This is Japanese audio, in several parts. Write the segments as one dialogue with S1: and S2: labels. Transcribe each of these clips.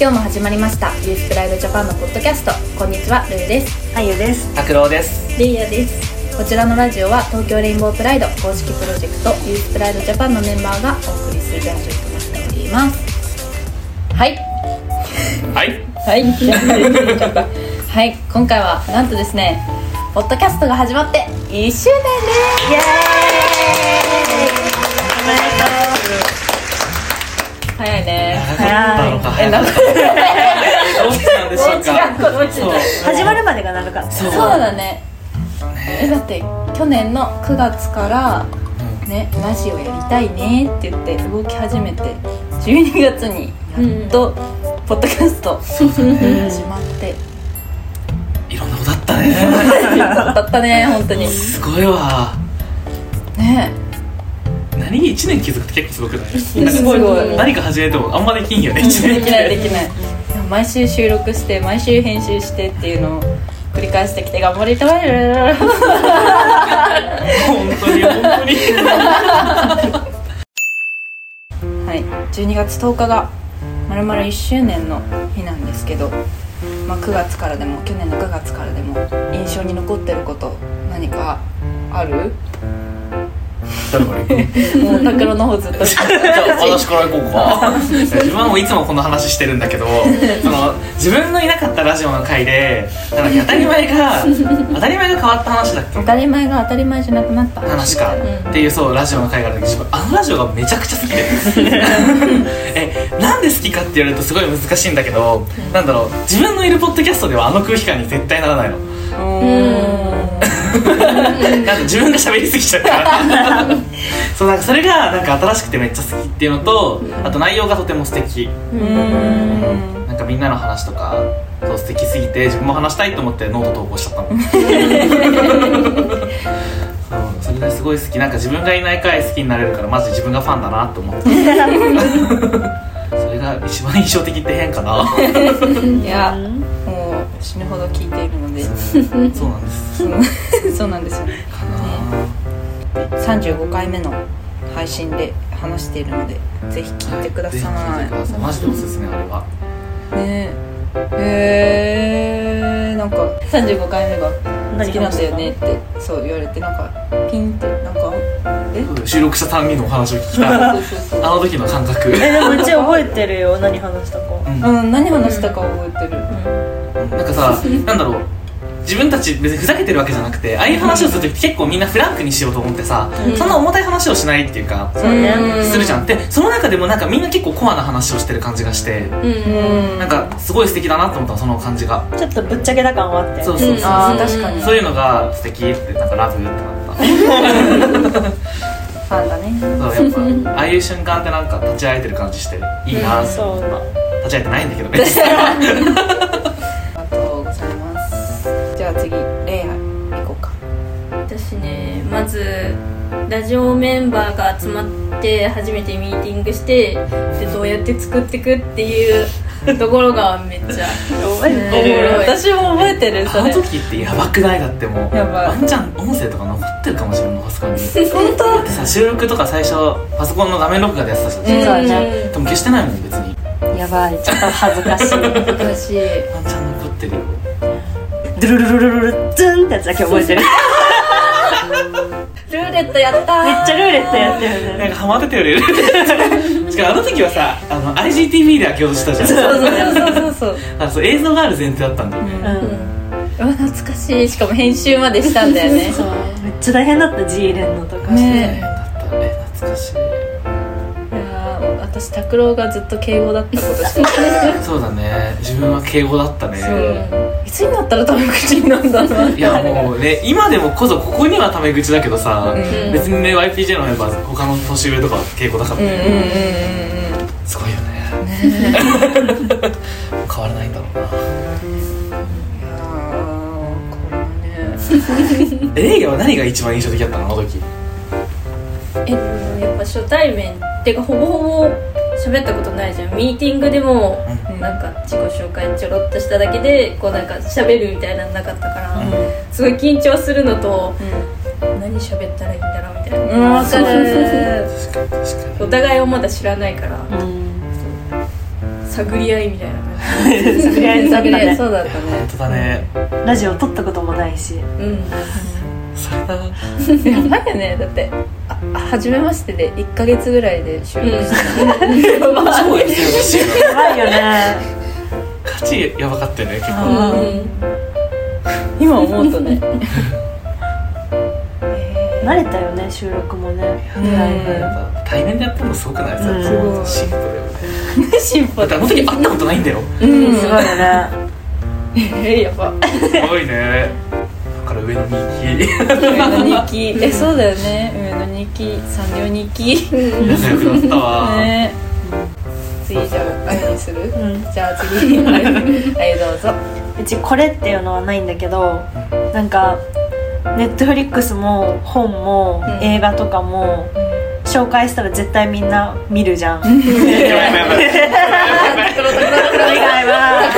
S1: 今日も始まりましたユースプライドジャパンのポッドキャストこんにちはルーです
S2: あゆです。
S3: 拓郎です
S4: レイヤーです。
S1: こちらのラジオは東京レインボープライド公式プロジェクトユースプライドジャパンのメンバーがお送りするラジオとなっておりますはい
S3: はい
S1: はいはい今回はなんとですねポッドキャストが始まって1周年です
S2: イエーイ。おめでと
S1: 早いね
S3: 長かったのか早かったのかどっちなんでしょうか
S4: どっち
S3: そう
S2: う。始まるまでが長かった。
S3: そう
S1: そうだねえだって去年の9月からねラジオやりたいねって言って動き始めて12月にやっとポッドキャスト始まって
S3: いろんなことあったね
S1: だったね本当に
S3: すごいわ
S1: ね
S3: 何に1年気づくって結構すごくない
S1: す
S3: なんか
S1: ごい
S3: 何か始めてもあんまできんよね1
S1: で
S3: 年
S1: きないできない毎週収録して毎週編集してっていうのを繰り返してきて頑張りたい
S3: 本当に本当に
S1: はい、12月10日がまるまる1周年の日なんですけど、まあ、9月からでも去年の9月からでも印象に残ってること何かあ るもう拓郎の方ずっと
S3: じゃあ私から行こうか自分はもういつもこの話してるんだけどその自分のいなかったラジオの回でなんか当たり前が当たり前が変わった話だっけ
S1: 当たり前が当たり前じゃなくなった
S3: 話か、
S1: うん
S3: っていうそうラジオの回があるんだけど自分あのラジオがめちゃくちゃ好きでえなんで好きかって言われるとすごい難しいんだけど、なんだろう自分のいるポッドキャストではあの空気感に絶対ならないの、なんか自分が喋りすぎちゃうからそうなんかそれがなんか新しくてめっちゃ好きっていうのとあと内容がとても素敵
S1: うーん
S3: なんかみんなの話とかそう素敵すぎて自分も話したいと思ってノート投稿しちゃったの そうそれですごい好きなんか自分がいない回好きになれるからマジ自分がファンだなと思ってそれが一番印象的って変か な
S1: いやもう死ぬほど聞いているので
S3: そうなんです
S1: うんそうなんですよね35回目の配信で話しているのでぜひ聞いてくださ
S3: はいぜひ聞いてくださいマジでおすすめあれは、
S1: ねええー、なんか35回目が好きなんだよねってそう言われてなんかピンってなんか
S3: 収録したたんびのお話を聞きたい
S1: そうそうそう
S3: あの時の感 覚
S2: え、でもうち覚えてるよ。何話したか。
S3: うん
S1: うん何話したか覚えてる
S3: なんかさなんだろう自分たち別にふざけてるわけじゃなくてああいう話をするときって結構みんなフランクにしようと思ってさ、そんな重たい話をしないっていうか、
S2: そうね。
S3: するじゃんでその中でもなんかみんな結構コアな話をしてる感じがして、
S1: うん
S3: なんかすごい素敵だなと思ったのその感じが
S2: ちょっとぶっちゃけた感はあって。
S3: そうそうそうそう、
S1: あー確かに
S3: そういうのが素敵ってなんかラブってな った
S1: ファンだね
S3: そうやっぱああいう瞬間ってなんか立ち会えてる感じしていいなって
S2: そうだ。
S3: 立ち会えてないんだけどね
S1: ありがとうございますじゃあ次レイヤ行こうか
S4: 私ね、まずラジオメンバーが集まって初めてミーティングして、でどうやって作ってくっていうところがめっちゃ
S2: 覚え
S4: おもろい
S1: 私も覚えてるそ
S3: あの
S1: れ
S3: 時ってやばくないだってもう
S1: やばい
S3: ワンちゃん音声とか残ってるかもしれないのさすがに本当だってさ収録とか最初パソコンの画面録画でやってたじゃん、
S1: うん
S2: そうね。
S3: でも消してないもん別に
S2: やばい。ちょっと恥ずかしい。
S1: 難しい
S3: ワンちゃん残ってるよ
S2: ドゥルルルルルルツンってやつだけ覚えてる。めっ
S4: ルーレットやったー
S2: ちゃルーレットやってるね。
S3: なんかハマってたよね しかもあの時はさあの IGTV で開けようとしたじゃん
S1: そうそうそうそうそう
S3: あそう映像がある前提だったんだよね、
S2: うん。
S1: うわ懐かしいしかも編集までしたんだよね
S2: めっちゃ大変だった G レンのとか。
S1: ね
S3: だったね懐かしい
S1: いやー私拓郎がずっと敬語だったことしか
S3: そうだね自分は敬語だったね
S1: そういつになったらタメ口になんだろう
S3: いやもうね今でもこそここにはタメ口だけどさ、
S1: うん
S3: 別にね YPJ のメンバー他の年上とかは敬語だから
S1: うんうんうんうん
S3: ね、すごいよね 変わらないんだろうな
S1: うんいやーこれはね
S3: えレイヤは何が一番印象的だったのあの時
S4: えでもやっぱ初対面っていうかほぼほぼ喋ったことないじゃんミーティングでも
S1: うん
S4: なんか自己紹介ちょろっとしただけでこうなんか喋るみたいなのなかったから、
S3: うん
S4: すごい緊張するのと
S1: う
S4: 何喋ったらいいんだろうみたいな、
S1: んわかる
S3: 確かに確かに
S4: お互いをまだ知らないから、
S2: うん。
S4: 探り合いみたいな感
S2: 探り合いだったね
S1: そうだった
S3: 本
S1: ね
S3: 当だね
S2: ラジオ撮ったこともないし
S4: じうん
S3: それだ
S1: やばいよねだってあ初めましてで1か月ぐらいで収録して
S3: 超やってるし
S2: やばいよね
S3: 価値やばかったよね結構
S2: うん
S4: うん
S1: 今思うと ねえ
S2: 慣れたよね収録もね
S1: うん
S2: だい
S3: や
S2: ぶ
S3: っぱ対面でやってるのすごくないさ、
S2: うん
S3: シンプルだよね
S1: ー、進歩
S3: だってあ
S1: だ
S3: の時会ったことないんだよ
S1: うん
S2: すごいよね
S1: えやば
S3: すごいねだから上の2期
S1: 上の日記えそうだよね上の日記三両日 記
S3: 仲良くなったわ、
S1: ね次じゃああれにする
S2: うん
S1: じゃあ 次あれはいどうぞ
S2: うちこれっていうのはないんだけどなんかネットフリックスも本も
S1: うん
S2: 映画とかも紹介したら絶対みんな見るじゃん
S3: やばいやばいや
S2: 以外は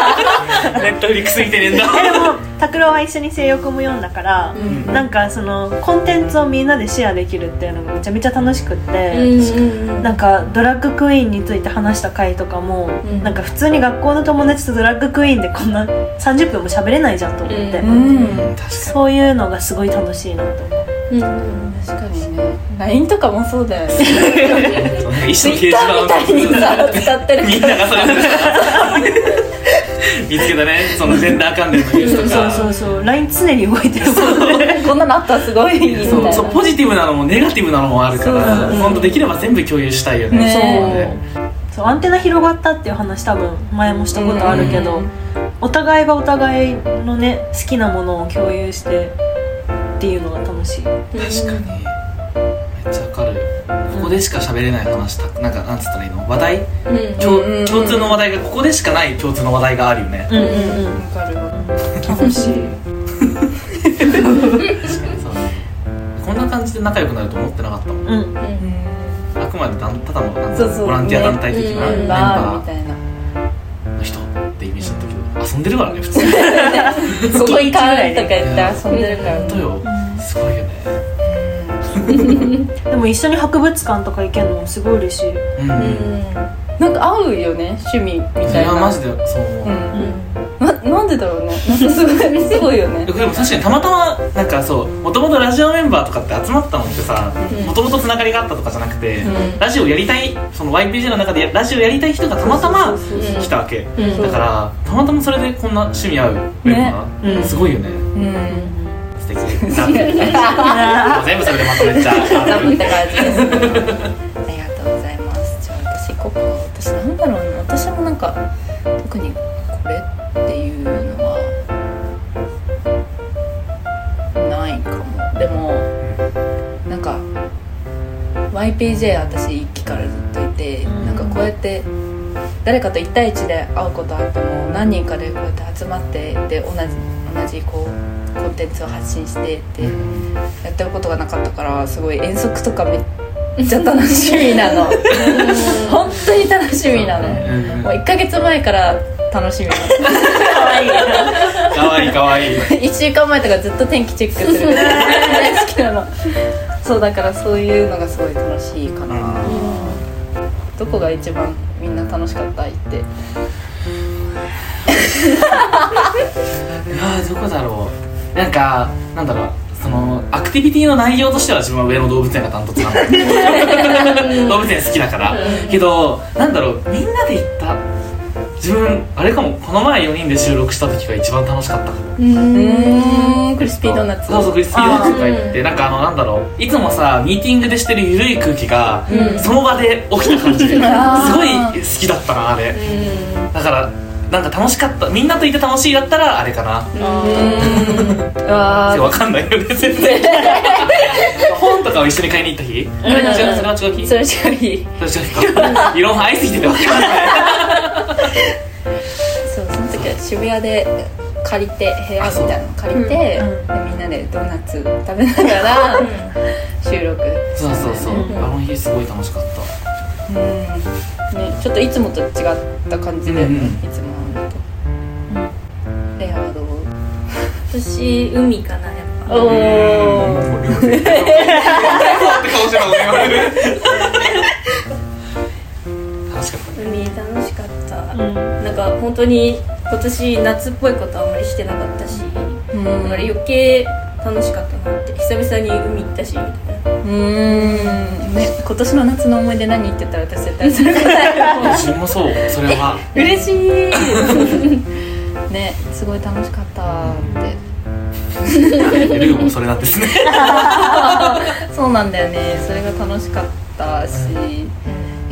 S3: ばいネットフリックス見てねえんだ
S2: えでも拓郎は一緒に性欲も読んだから、
S4: うん
S2: なんかそのコンテンツをみんなでシェアできるっていうのがめちゃめちゃ楽しくって、
S4: うん
S2: なんかドラッグクイーンについて話した回とかも、
S4: うん
S2: なんか普通に学校の友達とドラッグクイーンでこんな30分も喋れないじゃんと思って、
S4: う
S1: うん
S3: 確
S2: そういうのがすごい楽しいなと思う
S4: うん
S1: 確かにね LINE とかもそうだよね
S3: かに一
S1: Twitter
S3: 種の掲示板
S1: みたいにさ使ってる
S3: みんながそれ見つけたねそのジェンダー関連のニュースと
S2: そう
S3: か
S2: そうそう LINE 常に動いてるもんね
S1: こんなのあったらすごいみたい
S3: そう
S1: な
S3: そうポジティブなのもネガティブなのもあるから
S2: そう
S3: 本当できれば全部共有したいよね
S1: ね
S2: そうアンテナ広がったっていう話多分前もしたことあるけど、
S1: うん
S2: お互いがお互いのね好きなものを共有してっていうのが楽しい
S3: 確かにめっちゃわかるここでしか喋れない話たなんかなんつったらいいの話題
S4: うん
S3: 共
S1: うん
S3: 共通の話題がここでしかない共通の話題があるよね
S2: うん
S1: うんわかるわ
S2: 楽しい
S3: 確かにそうねこんな感じで仲良くなると思ってなかったもん
S2: うん
S3: あくまでだんただのなん
S1: そ
S3: か
S1: うそう
S3: ボランティア団体的
S4: うん
S3: な
S1: メ
S3: メ
S1: ン
S3: ン
S1: バーみ
S3: バ
S1: たいな
S3: ーの人ってイメージだったけど遊んでるからね普通に
S1: そこ行かんとか言って遊んでるから
S3: 本当よすごいよね
S2: でも一緒に博物館とか行けるのもすごい嬉しい
S3: うんうん
S1: なんか合うよね趣味み
S3: い
S1: たい
S3: や
S1: な
S3: マジでそう思う、
S1: うんななんでだろうねなんかすごいすごいよね
S3: でも確かにたまたまなんかそうもともとラジオメンバーとかって集まったのってさ
S4: うん
S3: もともとつながりがあったとかじゃなくて、
S1: うん
S3: ラジオやりたいその YPG の中でラジオやりたい人がたまたま
S2: そうそうそう
S3: 来たわけ
S4: うん
S3: だからたまたまそれでこんな趣味合うメンバー、
S2: ねうん
S3: すごいよね
S1: うん
S3: 素敵だって
S2: あ
S3: 全部それでまとめち
S1: 多
S3: ゃう
S1: 分って感じですありがとうございますじゃあ私行こうか私なんだろうな私もなんか特にこれっていうのはないかもでもなんか YPJ 私一期からずっといて、
S2: うん
S1: なんかこうやって誰かと1対1で会うことあっても何人かでこうやって集まってで同じ同じこうコンテンツを発信してってやってることがなかったからすごい遠足とかめっちゃ楽しみなの本当に楽しみなのも
S3: うん
S1: う1ヶ月前から楽しみな
S3: かわいいかわいい
S1: の1週間前とかずっと天気チェックする大好きなのそうだからそういうのがすごい楽しいかなどこが一番みんな楽しかったって
S3: いやーどこだろうなんかなんだろうそのアクティビティの内容としては自分は上野動物園が担当なんで動物園好きだからけどなんだろうみんなで行った自分あれかもこの前4人で収録した時が一番楽しかったかも
S1: うんクリスピードーナツ
S3: そうそうクリスピードーナツとか行っ
S4: あ
S3: てなんかあのなんだろういつもさミーティングでしてるゆるい空気が、
S1: うん
S3: その場で起きた感じですごい
S1: あー
S3: 好きだったなあれだからなんか楽しかったみんなといて楽しいだったらあれかな
S1: うんうわー
S3: わかんないよね全 然本とかを一緒に買いに行った日あれ違うそれは違う日
S1: それしかいい
S3: それ違う 日かいろんな愛すぎててわかんない
S1: そうその時は渋谷で借りて部屋みたいなの借りて、
S2: そう
S1: でみんなでドーナツ食べながら収録
S3: そうそうそう
S2: うん
S3: あの日すごい楽しかった
S1: うん、ね、ちょっといつもと違った感じで、
S3: うんうん
S1: いつものとレアはどう
S4: 私海かなやっぱ
S1: お
S3: もう両手そうって顔してたもんね今楽しかった
S4: 海楽しかった、
S2: うん
S4: なんか本当に今年夏っぽいことあんまりしてなかったし、
S1: うん
S4: だから余計楽しかったなって久々に海行ったしみたいな
S1: うんね今年の夏の思い出何って言ったら私絶対それ答えるもん
S3: 自分もそうそれは
S1: 嬉しい ねすごい楽しかったって
S3: ルーもそれなんですね
S1: そうなんだよねそれが楽しかったし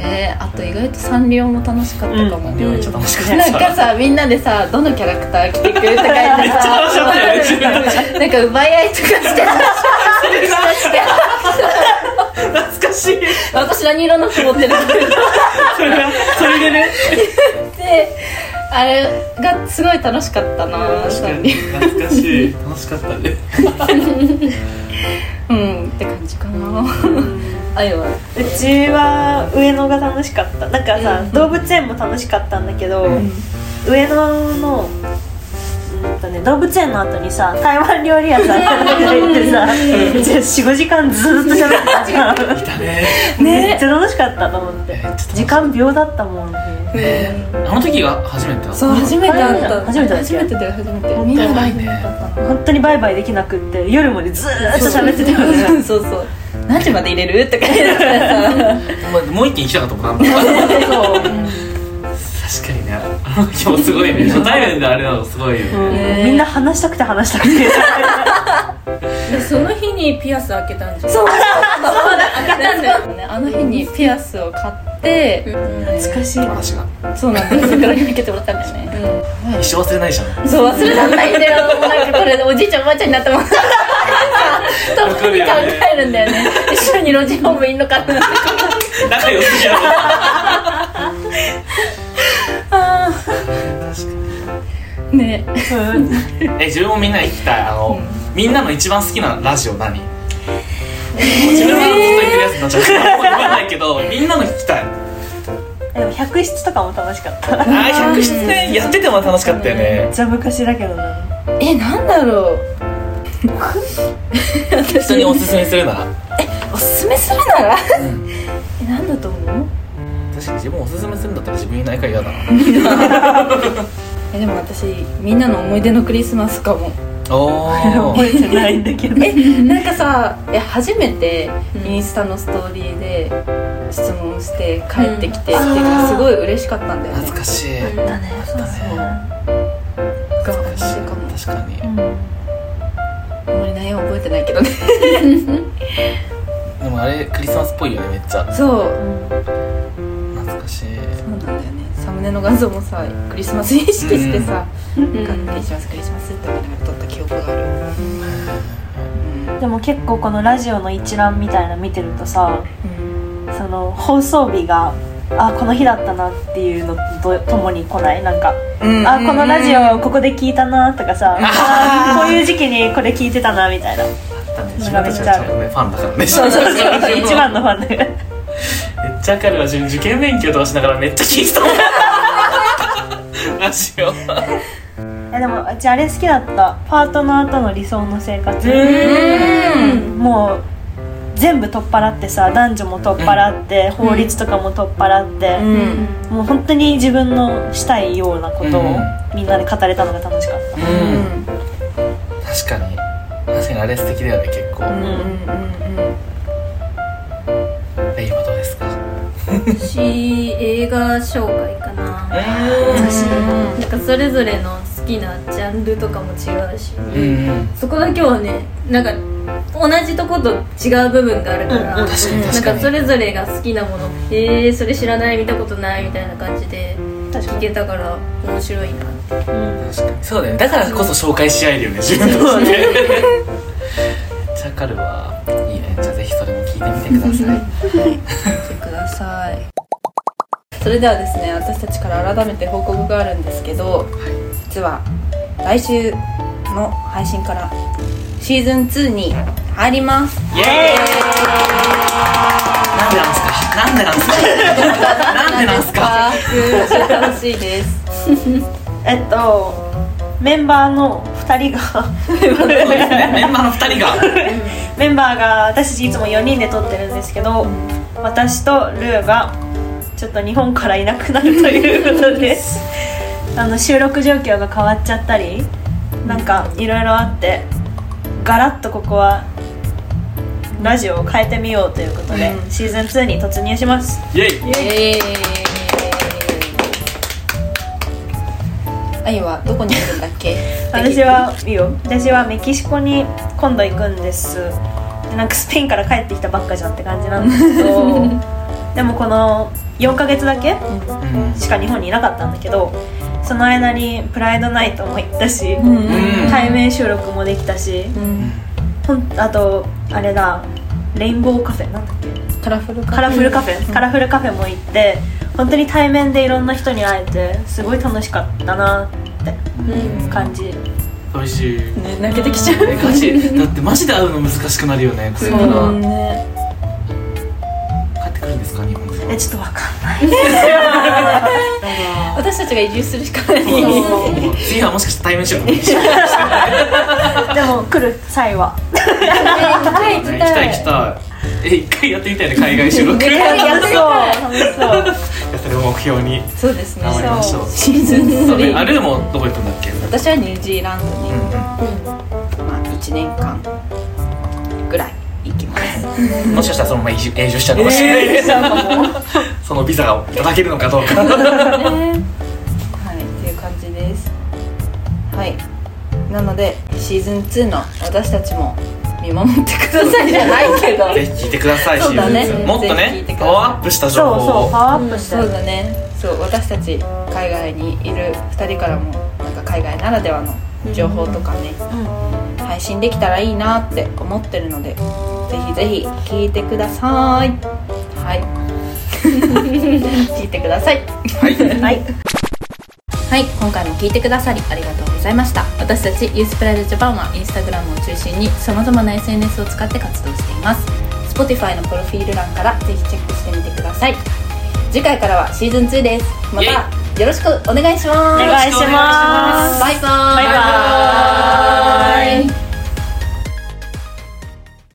S1: えー、あと意外とサンリオも楽しかったかも、
S3: サンリオめっちゃ楽しかった
S1: なんかさみんなでさどのキャラクター着てくとか言ってさ
S3: め っちゃ楽しかったよね自分たち
S1: なんか奪い合いとかしてさ
S3: 懐かしい
S1: 私何色の服持ってるって言っ
S3: それがそれでね
S1: てあれがすごい楽しかったな
S3: 確
S1: サ
S3: か
S1: ン
S3: に
S1: リ
S3: 懐かしい楽しかったね
S1: オうんって感じかなあいは
S2: うちは上野が楽しかったなんかさ、動物園も楽しかったんだけど、上野のうんとね、動物園の後にさ台湾料理屋さん行ってさ45時間ずっと喋ってたじゃん
S3: だね
S2: めっちゃ楽しかったと思って
S3: えーちょっと
S2: 時間秒だったもんね
S3: あの時が初めてだ
S1: そう初めて会った
S2: 初めてだっけ
S1: 初めてだよ初めてみんなが初めてだったの
S2: 本当にバイバイできなくって夜までずーっと喋ってたよね
S1: うんそうそう何時まで入れるとか言って
S3: まあもう一軒行きたかったもん なんだ
S2: そう
S3: 確かにねあの時もすごい ね初対面であれなのすごいよね
S1: ね
S2: みんな話したくて話したくて
S4: でその日にピアス開けたんじゃん
S1: そう
S4: 開けたんだよ
S1: あの日にピアスを買って、
S2: 懐かしい
S3: 私が
S1: そうなんです桜にかけてもらったんだよね、
S3: 一生忘れないじゃん
S1: そう忘れられないんだよもうなんかこれでおじいちゃんおばあちゃんになってもたまに考えるんだよね一緒に路地ホームいんのかな
S3: 仲良すぎやろ
S1: ね
S2: うん
S3: え自分もみんな行きたいあの、みんなの一番好きなラジオ何、自分がずっと言ってるやつになっちゃうから もう言わないけどみんなの聞きたい
S2: でも百室とかも楽しかっためっ
S3: ああ100室ねやってても楽しかったよね
S2: ちゃ昔だけどな
S1: えなんだろう
S3: 人におすすめするなら
S1: おすすめするなら、 えなんだと思う
S3: 確かに自分おすすめするんだったら自分いないから嫌だな
S1: えでも私みんなの思い出のクリスマス かも
S3: お
S2: 覚えてないんだけど
S1: えなんかさえ初めてインスタのストーリーで質問して帰ってきてっていうのがすごい嬉しかったんだよね
S3: 懐かしい
S1: だねそうそうが
S3: 懐かしい
S1: かも
S3: 確かに
S1: あんまり内容覚えてないけどね
S3: でもあれクリスマスっぽいよねめっちゃ
S1: そう
S3: 懐かしい
S1: そうなんだよねサムネの画像もさクリスマス意識してさ、なんかクリスマスクリスマスって思いながら撮った記憶がある
S2: でも結構このラジオの一覧みたいなの見てるとさ
S1: うん
S2: その放送日があこの日だったなっていうのとともに来ないなんか、あこのラジオここで聞いたなとかさ あこういう時期にこれ聞いてたなみたいな
S3: だね自分たちはちゃんとねファンだからね
S2: そうそうそう一番のファンだから
S3: めっちゃわかるわ自分受験勉強とかしながらめっちゃ聞いてたもんラジオ
S2: えでもうちあれ好きだったパートナーとの理想の生活もう全部取っ払ってさ男女も取っ払って、法律とかも取っ払って、もう本当に自分のしたいようなことを
S3: うん
S2: みんなで語れたのが楽しかった、
S1: うん
S3: うん確かに確かにあれ素敵だよね結構、
S1: うんうんうんうん
S3: え今どうですか
S4: 私映画紹介かななんかそれぞれの好きなジャンルとかも違うし、
S3: うんうん
S4: そこだけはねなんか同じとこと違う部分があるから、
S2: うんうん
S3: 確かに
S4: なん
S3: 確か
S4: か
S3: に
S4: それぞれが好きなものへえー、それ知らない見たことないみたいな感じで
S2: 確か
S4: 聞
S2: に、
S4: けたから面白いなって
S2: うん、
S3: 確かにそうだよねだからこそ紹介し合えるよね自分とはねめっちゃわかるわいいねじゃあぜひそれも聞いてみてください
S1: くださいそれではですね私たちから改めて報告があるんですけど、実は来週の配信からシーズン2に入ります
S3: イエーイなんでなんすかなんでなんすかなんでなんすか
S1: あー楽しいです
S2: えっとメンバーの2人が
S3: メンバーの二人が
S2: メンバーが私たちいつも4人で撮ってるんですけど私とルーがちょっと日本からいなくなるということ であの収録状況が変わっちゃったりなんかいろいろあってガラッとここはラジオを変えてみようということで、
S1: う
S2: シーズン2に突入します
S3: イエイ
S1: イエーイあゆはどこにいるんだっけ
S2: 私はいいよ私はメキシコに今度行くんですでなんかスペインから帰ってきたばっかじゃんって感じなんですけどでもこの4ヶ月だけ
S3: うん
S2: しか日本にいなかったんだけどその間にプライドナイトも行ったし、
S1: うん
S3: うん
S2: 対面収録もできたし
S1: うん
S2: ほんあとあれだレインボーカフェなんだっけ
S1: カラフル
S2: カラフルカフェ、
S1: うん
S2: カラフルカフェも行って本当に対面でいろんな人に会えてすごい楽しかったなって感じ、
S3: 寂しい
S1: ね泣けてきちゃう
S3: マジだってマジで会うの難しくなるよねこれから
S1: んね
S3: 帰ってくるんですか日本に
S2: えちょっとわかんない
S1: 私たちが移住するしかない
S3: 次はもしかして対面しようかもしれない
S2: でも来る際は
S4: 行きたい
S3: 行
S4: 行き
S3: きた
S4: た
S3: い
S4: い
S3: 行きたいえ一回やってみたいね海外収録い
S2: やりやすそう楽し
S3: やそれを目標に
S1: そうですね
S3: 頑張りましょう
S1: シーズン
S3: そうねあ
S1: 3
S3: れでもどこ行くんだっけ
S1: 私はニュージーランドに、
S3: う
S1: まあ、1年間ぐらい行きます
S3: んうんもしかしたらそのまま移住永住しちゃうかもしれないそのビザがいただけるのかどうか
S1: はいっていう感じですはいなのでシーズン2の私たちも見守ってくださいじゃないけ ど
S3: ぜひ聞いてください
S1: そうだね
S3: シーズン2もっと
S1: ぜひ聞い
S3: ね
S1: てください
S3: パワーアップした
S2: そ
S3: 情
S2: うそう
S3: 報を
S2: パワーアップして、
S1: そうだねそう私たち海外にいる2人からもなんか海外ならではの情報とかね、配信できたらいいなって思ってるのでぜひぜひ聞いてくださいはい聞いてください
S2: うんはい
S1: はい今回も聞いてくださりありがとうございました私たちユースプライドジャパンはインスタグラムを中心にさまざまな SNS を使って活動しています Spotify のプロフィール欄からぜひチェックしてみてください次回からはシーズン2ですまたよろしくお願いします
S2: お願いします